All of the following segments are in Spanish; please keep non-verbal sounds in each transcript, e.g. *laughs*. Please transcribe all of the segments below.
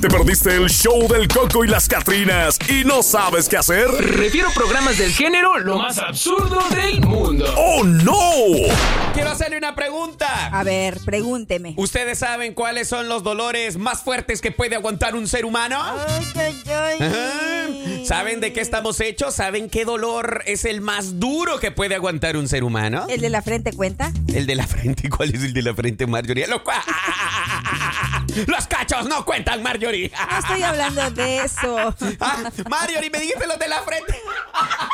¿Te perdiste el show del Coco y las Catrinas y no sabes qué hacer? Refiero programas del género lo más absurdo del mundo. ¡Oh, no! Quiero hacerle una pregunta. A ver, pregúnteme. ¿Ustedes saben cuáles son los dolores más fuertes que puede aguantar un ser humano? Ay, ay, ay. Ajá. ¿Saben de qué estamos hechos? ¿Saben qué dolor es el más duro que puede aguantar un ser humano? ¿El de la frente cuenta? El de la frente. ¿Cuál es el de la frente, Marjorie? ¡Lo cua- *laughs* ¡Los cachos no cuentan, Marjorie! No estoy hablando de eso. Ah, Marjorie, me dijiste los de la frente.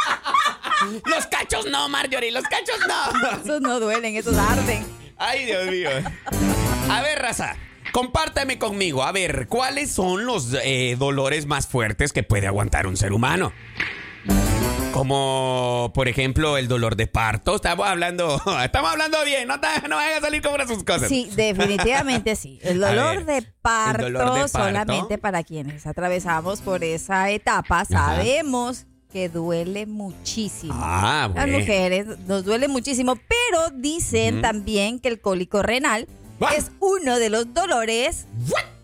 *laughs* Los cachos no, Marjorie, los cachos no. Esos no duelen, esos arden. Ay, Dios mío. A ver, raza, compártame conmigo. A ver, ¿cuáles son los eh, dolores más fuertes que puede aguantar un ser humano? Como, por ejemplo, el dolor de parto. Estamos hablando, *laughs* estamos hablando bien. No, te- no vayan a salir con sus cosas. Sí, definitivamente sí. El A dolor, ver, de parto, el dolor de parto. solamente para quienes atravesamos por esa etapa, sabemos que duele muchísimo. Ah, Las bueno. mujeres nos duele muchísimo, pero dicen también que el cólico renal ¿What? es uno de los dolores.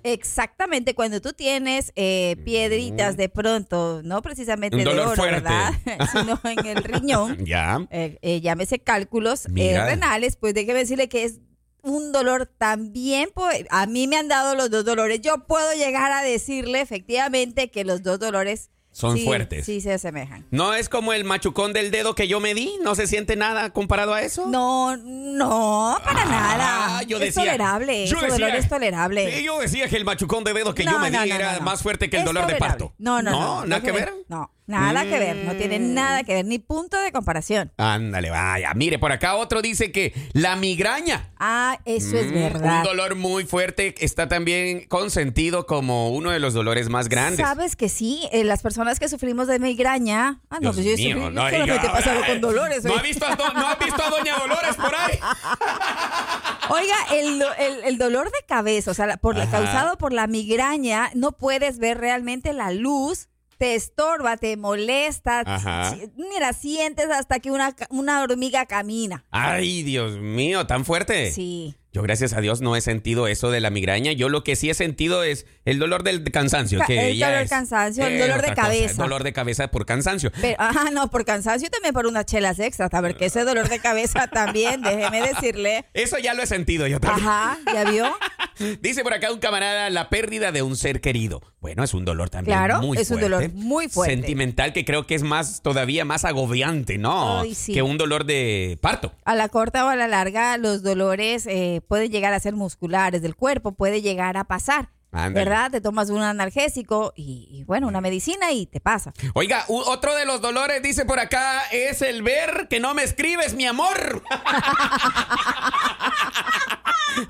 Exactamente, cuando tú tienes eh, piedritas de pronto, no precisamente Mm. Un de dolor oro, fuerte. *laughs* ¿verdad? *laughs* Sino en el riñón, Ya. eh, eh, llámese cálculos eh, Mira. renales, pues déjeme decirle que es un dolor también, pues, a mí me han dado los dos dolores. Yo puedo llegar a decirle efectivamente que los dos dolores Son sí- fuertes. Sí se asemejan. ¿No es como el machucón del dedo que yo me di? ¿No se siente nada comparado a eso? No, no, para nada. Ah, yo es decía- tolerable. yo Ese dolor decía- eh, es tolerable. Sí, yo decía que el machucón de dedo que No, yo me no, di no, era no, no. más fuerte que el Es dolor de tolerable. parto. No, no, no. no, nada que ver. Mm. tiene- No, nada que ver. No tiene nada que ver, ni punto de comparación. Ándale, vaya. Mire, por acá otro dice que la migraña. Ah, eso es Mm, verdad. Un dolor muy fuerte está también consentido como uno de los dolores más grandes. Sabes que sí, Eh, las personas que sufrimos de migraña. Ah, no, Dios pues yo he mío, sufrido- no, solamente he diga, pasado eh, con dolores. ¿No oiga. ha, visto a do- ¿No ha visto a Doña Dolores por ahí? *laughs* Oiga, el, do- el- el dolor de cabeza, o sea, la- por la- causado por la migraña, no puedes ver realmente la luz, te estorba, te molesta. Ajá. si- Mira, sientes hasta que una, ca- una hormiga camina. Ay, Dios mío, tan fuerte. Sí. Yo, gracias a Dios, no he sentido eso de la migraña. Yo lo que sí he sentido es el dolor del cansancio. Ca- Que el ya dolor es, eh, cansancio, el dolor de otra cosa, el cabeza. dolor de cabeza por cansancio. Pero, ajá, no, por cansancio y también por unas chelas extras. A ver, que ese dolor de cabeza *laughs* también, déjeme decirle. Eso ya lo he sentido yo también. Ajá, ¿ya vio? *laughs* Dice por acá un camarada, la pérdida de un ser querido. Bueno, es un dolor también Claro, muy es un fuerte. dolor muy fuerte. Sentimental que creo que es más todavía más agobiante, ¿no? Ay, sí. Que un dolor de parto. A la corta o a la larga, los dolores eh, pueden llegar a ser musculares del cuerpo, puede llegar a pasar. Ándale. ¿Verdad? Te tomas un analgésico y, y, bueno, una medicina y te pasa. Oiga, u- otro de los dolores, dice por acá, es el ver que no me escribes, mi amor. *laughs*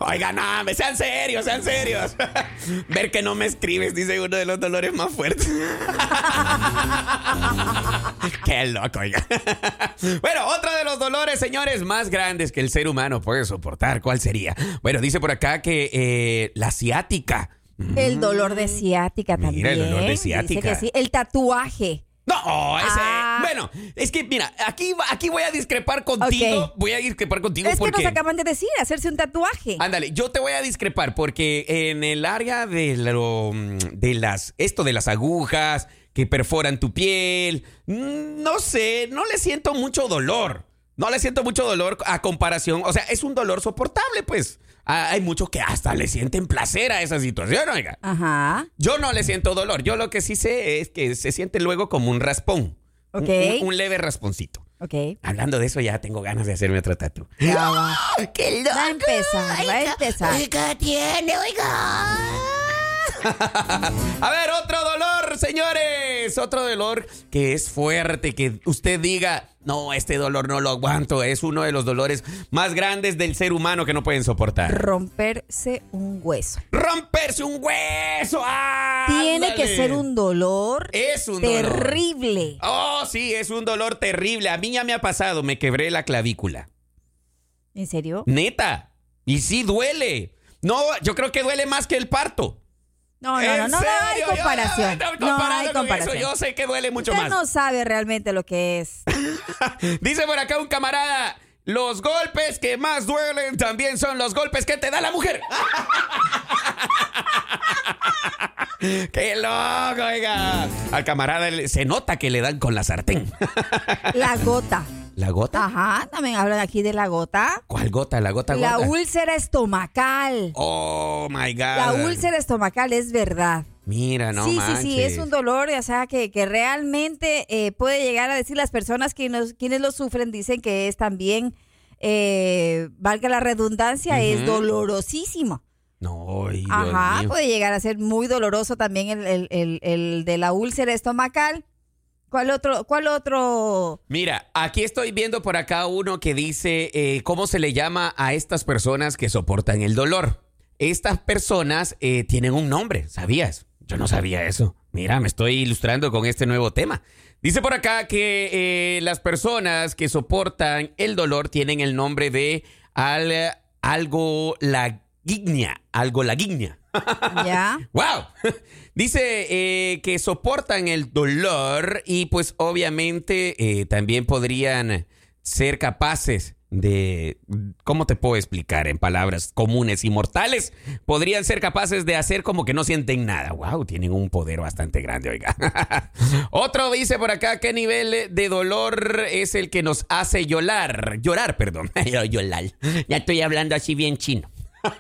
Oiga, no, hombre, sean serios, sean serios. *laughs* Ver que no me escribes, dice uno de los dolores más fuertes. *laughs* Qué loco, oiga. *laughs* Bueno, otro de los dolores, señores, más grandes que el ser humano puede soportar, ¿cuál sería? Bueno, dice por acá que eh, la ciática. El dolor de ciática Mm. Mira, el también. dolor de dice ciática. que sí. El tatuaje. No, ese. Ah. Bueno, es que mira, aquí, va- aquí voy a discrepar contigo. Ok. Voy a discrepar contigo Es que porque. nos acaban de decir, hacerse un tatuaje. Ándale, yo te voy a discrepar porque en el área de lo de las esto de las agujas que perforan tu piel, mm, no sé, no le siento mucho dolor. No le siento mucho dolor a comparación, o sea, es un dolor soportable, pues. Ah, Hay muchos que hasta le sienten placer a esa situación, oiga. Ajá. Yo no le siento dolor. Yo lo que sí sé es que se siente luego como un raspón. Un- Ok. Un, un leve rasponcito. Ok. Hablando de eso, ya tengo ganas de hacerme otro tatu. Ya va. ¡Qué Va a empezar, va a empezar. tiene, oiga! *laughs* A ver, otro dolor, señores. Otro dolor que es fuerte, que usted diga, no, este dolor no lo aguanto. Es uno de los dolores más grandes del ser humano que no pueden soportar. Romperse un hueso. ¡Romperse un hueso! ¡Ah, Tiene que ándale! ser un dolor Es un dolor. terrible. Oh, sí, es un dolor terrible. A mí ya me ha pasado, me quebré la clavícula. ¿En serio? Neta. Y sí duele. No, yo creo que duele más que el parto. No, no, no, no, no hay comparación. No hay comparación. yo sé que duele mucho Usted más. no sabe realmente lo que es. Dice por acá un camarada, los golpes que más duelen también son los golpes que te da la mujer. *laughs* ¡Qué loco, oiga! Al camarada le- se nota que le dan con la sartén. *laughs* La gota. ¿La gota? Ajá, también hablan aquí de la gota. ¿Cuál gota? ¿La gota La gota? úlcera estomacal. Oh my God. La úlcera estomacal es verdad. Mira, no sí, manches. sí, sí, es un dolor, o sea, que, que realmente eh, puede llegar a decir las personas que nos- quienes lo sufren, dicen que es también, eh, valga la redundancia, es dolorosísimo. No, ay, Dios Ajá, pues. mío. puede llegar a ser muy doloroso también el, el- el- el de la úlcera estomacal. ¿Cuál otro? *laughs* ¿Cuál otro? Mira, aquí estoy viendo por acá uno que dice eh, cómo se le llama a estas personas que soportan el dolor. Estas personas eh, tienen un nombre, ¿sabías? Yo no sabía eso. Mira, me estoy ilustrando con este nuevo tema. Dice por acá que eh, las personas que soportan el dolor tienen el nombre de al, algo laguignia, algo laguignia. ¿Ya? ¡Wow! *laughs* Dice eh, que soportan el dolor y pues obviamente eh, también podrían ser capaces de, ¿cómo te puedo explicar en palabras comunes y mortales? Podrían ser capaces de hacer como que no sienten nada. ¡Wow! Tienen un poder bastante grande, oiga. *laughs* Otro dice por acá, ¿qué nivel de dolor es el que nos hace llorar? Llorar, perdón. *laughs* Llorar. Ya estoy hablando así bien chino. *laughs*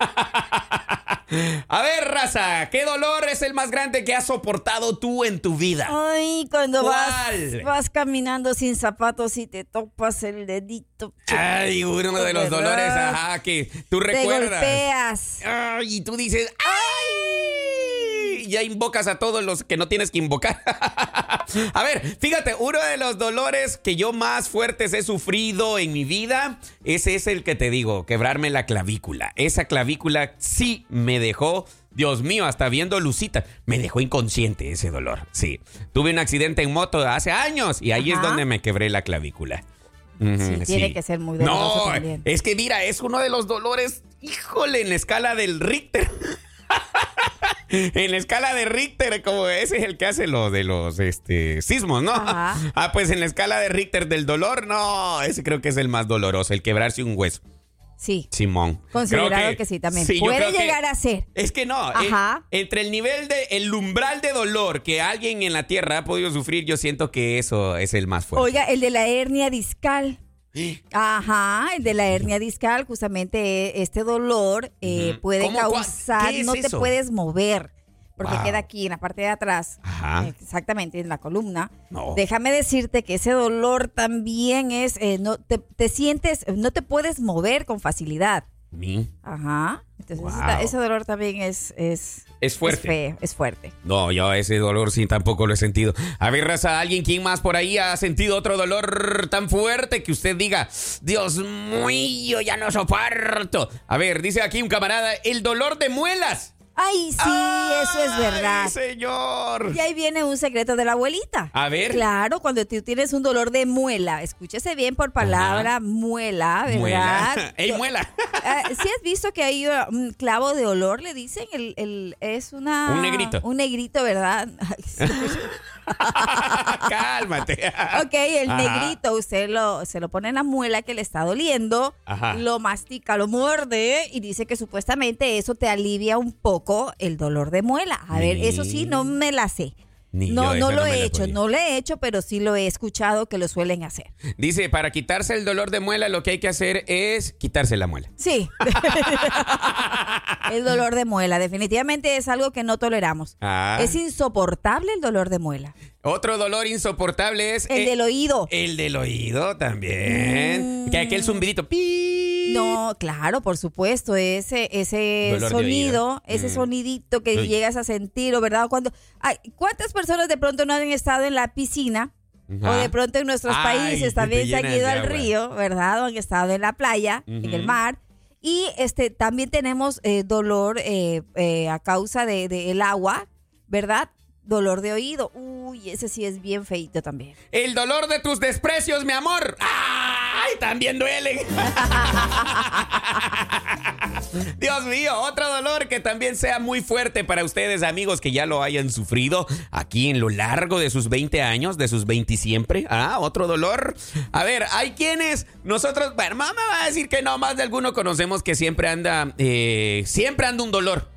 A ver, raza, ¿qué dolor es el más grande que has soportado tú en tu Oh, vida? Ay, cuando ¿Cuál? vas, vas caminando sin zapatos y te topas el dedito, Ay, uno de los ¿verdad? dolores, ajá, que tú te recuerdas. golpeas. Ay, y tú dices, ¡ay! Ya invocas a todos los que no tienes que invocar. *laughs* a ver, fíjate, uno de los dolores que yo más fuertes he sufrido en mi vida, ese es el que te digo, quebrarme la clavícula. Esa clavícula sí me dejó. Dios mío, hasta viendo Lucita, me dejó inconsciente ese dolor. Sí, tuve un accidente en moto hace años y ahí es Ajá. donde me quebré la clavícula. Ujú, Sí, tiene que ser muy doloroso No, también. es que mira, es uno de los dolores, híjole, en la escala del Richter. *laughs* en la escala de Richter, como ese es el que hace lo de los este, sismos, ¿no? Ajá. Ah, pues en la escala de Richter del dolor, no, ese creo que es el más doloroso, el quebrarse un hueso. Sí. Simón. Considerado Creo que, sí también. yo Puede creo que- llegar a ser. Es que no, eh, Ajá. entre el nivel de, el umbral de dolor que alguien en la tierra ha podido sufrir, yo siento que eso es el más fuerte. Oiga, el de la hernia discal. Ajá, el de la hernia discal, justamente eh, este dolor eh, Ujú. puede ¿Cómo, cua- causar, qué es no te eso? puedes mover, porque Wow. queda aquí en la parte de atrás, Eh, Ajá. exactamente en la columna. No. Déjame decirte que ese dolor también es, eh, no te, te sientes, no te puedes mover con facilidad. Mi- Ajá, entonces Wow. esta- ese dolor también es, es, Es fuerte. feo, es fuerte. No, yo ese dolor sí tampoco lo he sentido. A ver, raza, ¿alguien quién más por ahí ha sentido otro dolor tan fuerte que usted diga, Dios mío, ya no soporto? A ver, dice aquí un camarada, el dolor de muelas. Ay, sí, eso es ¡Ay, verdad. señor! Y ahí viene un secreto de la abuelita. A ver. Claro, cuando tú tienes un dolor de muela, escúchese bien por palabra muela, ¿verdad? *laughs* Muela. *laughs* ¡Ey, muela! Si has visto que hay uh, un clavo de olor? Le dicen, el, el- es una... Un negrito. Un negrito, ¿verdad? *laughs* Ay, sí. Cálmate. *laughs* ok, el Ajá. negrito, usted lo, se lo pone en la muela que le está doliendo, Ajá. lo mastica, lo muerde y dice que supuestamente eso te alivia un poco el dolor de muela. A ver, eso sí, no me la sé. Ni yo, no, esa no no lo me la he hecho, podía. no lo he hecho, pero sí lo he escuchado que lo suelen hacer. Dice, para quitarse el dolor de muela, lo que hay que hacer es quitarse la muela. *laughs* Sí. el dolor de muela, definitivamente es algo que no toleramos. Ah. Es insoportable el dolor de muela. Otro dolor insoportable es... El eh, del oído. El del oído también. Que aquel zumbidito. pi. No, claro, por supuesto, ese ese Dolor de oído. sonido, ese Mm. sonidito que Uy. llegas a sentir, ¿o verdad? Cuando ay, cuántas personas de pronto no han estado en la piscina o Ajá. de pronto en nuestros Ay, que países te también se han llenas ido de al agua. río, ¿verdad? O han estado en la playa, en el Ujú. mar. Y este también tenemos eh, dolor eh, eh, a causa del de, el agua, ¿verdad? Dolor de oído. Uy, ese sí es bien feito también. El dolor de tus desprecios, mi amor. ¡Ay! También duelen. Dios mío, otro dolor que también sea muy fuerte para ustedes, amigos, que ya lo hayan sufrido aquí en lo largo de sus 20 años, de sus 20 siempre. Ah, otro dolor. A ver, hay quienes, nosotros, bueno, mamá va a decir que no, más de alguno conocemos que siempre anda, eh, siempre anda un dolor.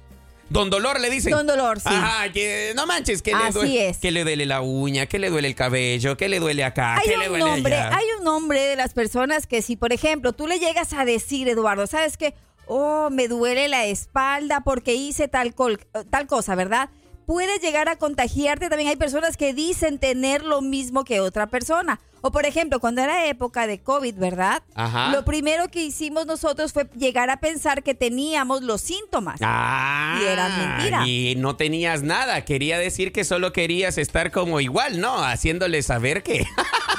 Don Dolor le dicen. Don Dolor, sí. Ajá, que no manches, que le Así duele. es. Que le duele la uña, que le duele el cabello, que le duele acá, Hay que Ah, le un duele nombre, allá. hay un nombre de las personas que si, por ejemplo, tú le llegas a decir, Eduardo, ¿sabes qué? Oh, me duele la espalda porque hice tal, col- tal cosa, ¿verdad? Puede llegar a contagiarte. También hay personas que dicen tener lo mismo que otra persona. O, por ejemplo, cuando era época de COVID, ¿verdad? Ajá. Lo primero que hicimos nosotros fue llegar a pensar que teníamos los síntomas. Ah, Y era mentira. Y no tenías nada. Quería decir que solo querías estar como igual, ¿no? Haciéndole saber que. *laughs*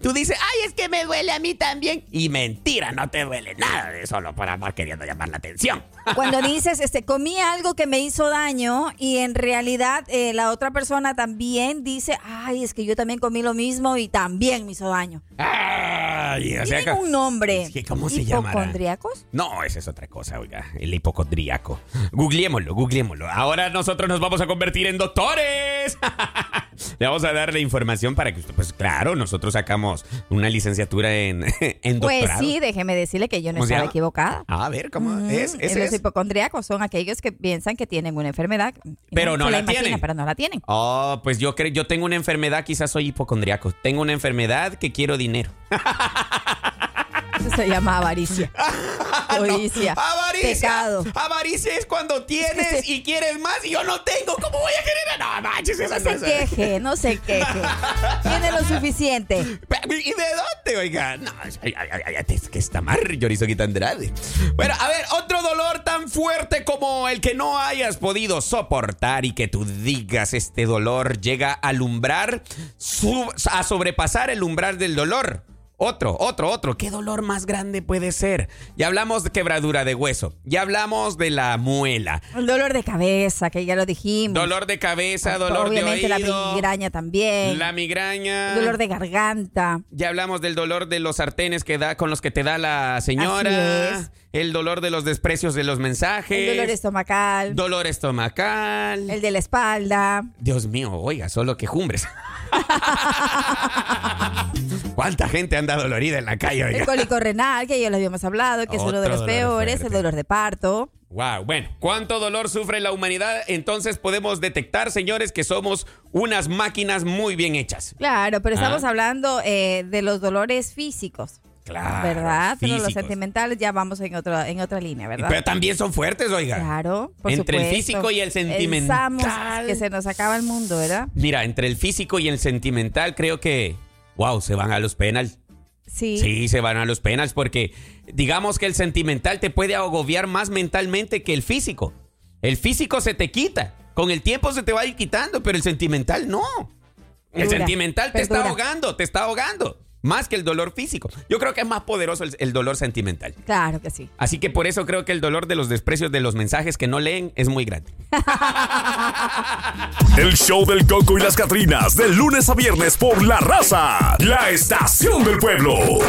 Tú dices, ay, es que me duele a mí también. Y mentira, no te duele nada de solo por andar queriendo llamar la atención. Cuando dices, este, comí algo que me hizo daño y en realidad eh, la otra persona también dice, ay, es que yo también comí lo mismo y también me hizo daño. Ay, o sea, Tienen un nombre. Es que, ¿Cómo se llama? ¿Hipocondríacos? No, esa es otra cosa, oiga. El hipocondríaco. Googleémoslo, googleémoslo. Ahora nosotros nos vamos a convertir en doctores. *laughs* Le vamos a dar la información para que usted, pues claro, nosotros sacamos una licenciatura en, *laughs* en Pues doctorado. sí, déjeme decirle que yo no ¿Cómo se estaba llama? equivocada. A ver, ¿cómo Mm, es? Ese los es. hipocondríacos son aquellos que piensan que tienen una enfermedad. Pero no se la imaginan, tienen. Pero no la tienen. Oh, pues yo creo, yo tengo una enfermedad, quizás soy hipocondriaco. Tengo una enfermedad que quiero dinero. *laughs* Eso se llama avaricia. Codicia. Pecado. Ah, Avaricia es cuando tienes y quieres más y yo no tengo. ¿Cómo voy a querer? No, manches, esa No se cosa. queje, no se *laughs* queje. Tiene lo suficiente. ¿Y de dónde, oiga? No, ay, ay, ay, ay, es que está mal, Llorizoquita Andrade. Bueno, a ver, otro dolor tan fuerte como el que no hayas podido soportar y que tú digas este dolor llega a alumbrar, sub- a sobrepasar el umbral del dolor. Otro, otro, otro. ¿Qué dolor más grande puede ser? Ya hablamos de quebradura de hueso. Ya hablamos de la muela. El dolor de cabeza, que ya lo dijimos. Dolor de cabeza, dolor Obviamente de oído. la migraña también. La migraña. el dolor de garganta. Ya hablamos del dolor de los sartenes que da, con los que te da la señora. Así es. El dolor de los desprecios de los mensajes. El dolor estomacal. Dolor estomacal. el de la espalda. Dios mío, oiga, solo *laughs* quejumbres. ¿Cuánta gente anda dolorida en la calle, El oiga? cólico renal, que ya lo habíamos hablado, que es uno de Otro los dolor peores. El fuerte. dolor de parto. Wow, bueno, ¿cuánto dolor sufre la humanidad? Entonces podemos detectar, señores, que somos unas máquinas muy bien hechas. Claro, pero estamos Ah. hablando eh, de los dolores físicos. Claro, ¿Verdad? Pero los físicos. sentimentales ya vamos en, otro, en otra línea, ¿verdad? Pero también son fuertes, oiga. Claro, por Entre el supuesto. físico y el Pensamos sentimental. que se nos acaba el mundo, ¿verdad? Mira, entre el físico y el sentimental, creo que, wow, se van a los penal. Sí. Sí, se van a los penales porque digamos que el sentimental te puede agobiar más mentalmente que el físico. El físico se te quita. Con el tiempo se te va a ir quitando, pero el sentimental no. El Dura, sentimental te está perdura. ahogando, te está ahogando. Más que el dolor físico. Yo creo que es más poderoso el- el dolor sentimental. Claro que sí. Así que por eso creo que el dolor de los desprecios de los mensajes que no leen es muy grande. El show del Coco y las Catrinas, de lunes a viernes por La Raza, la estación del pueblo.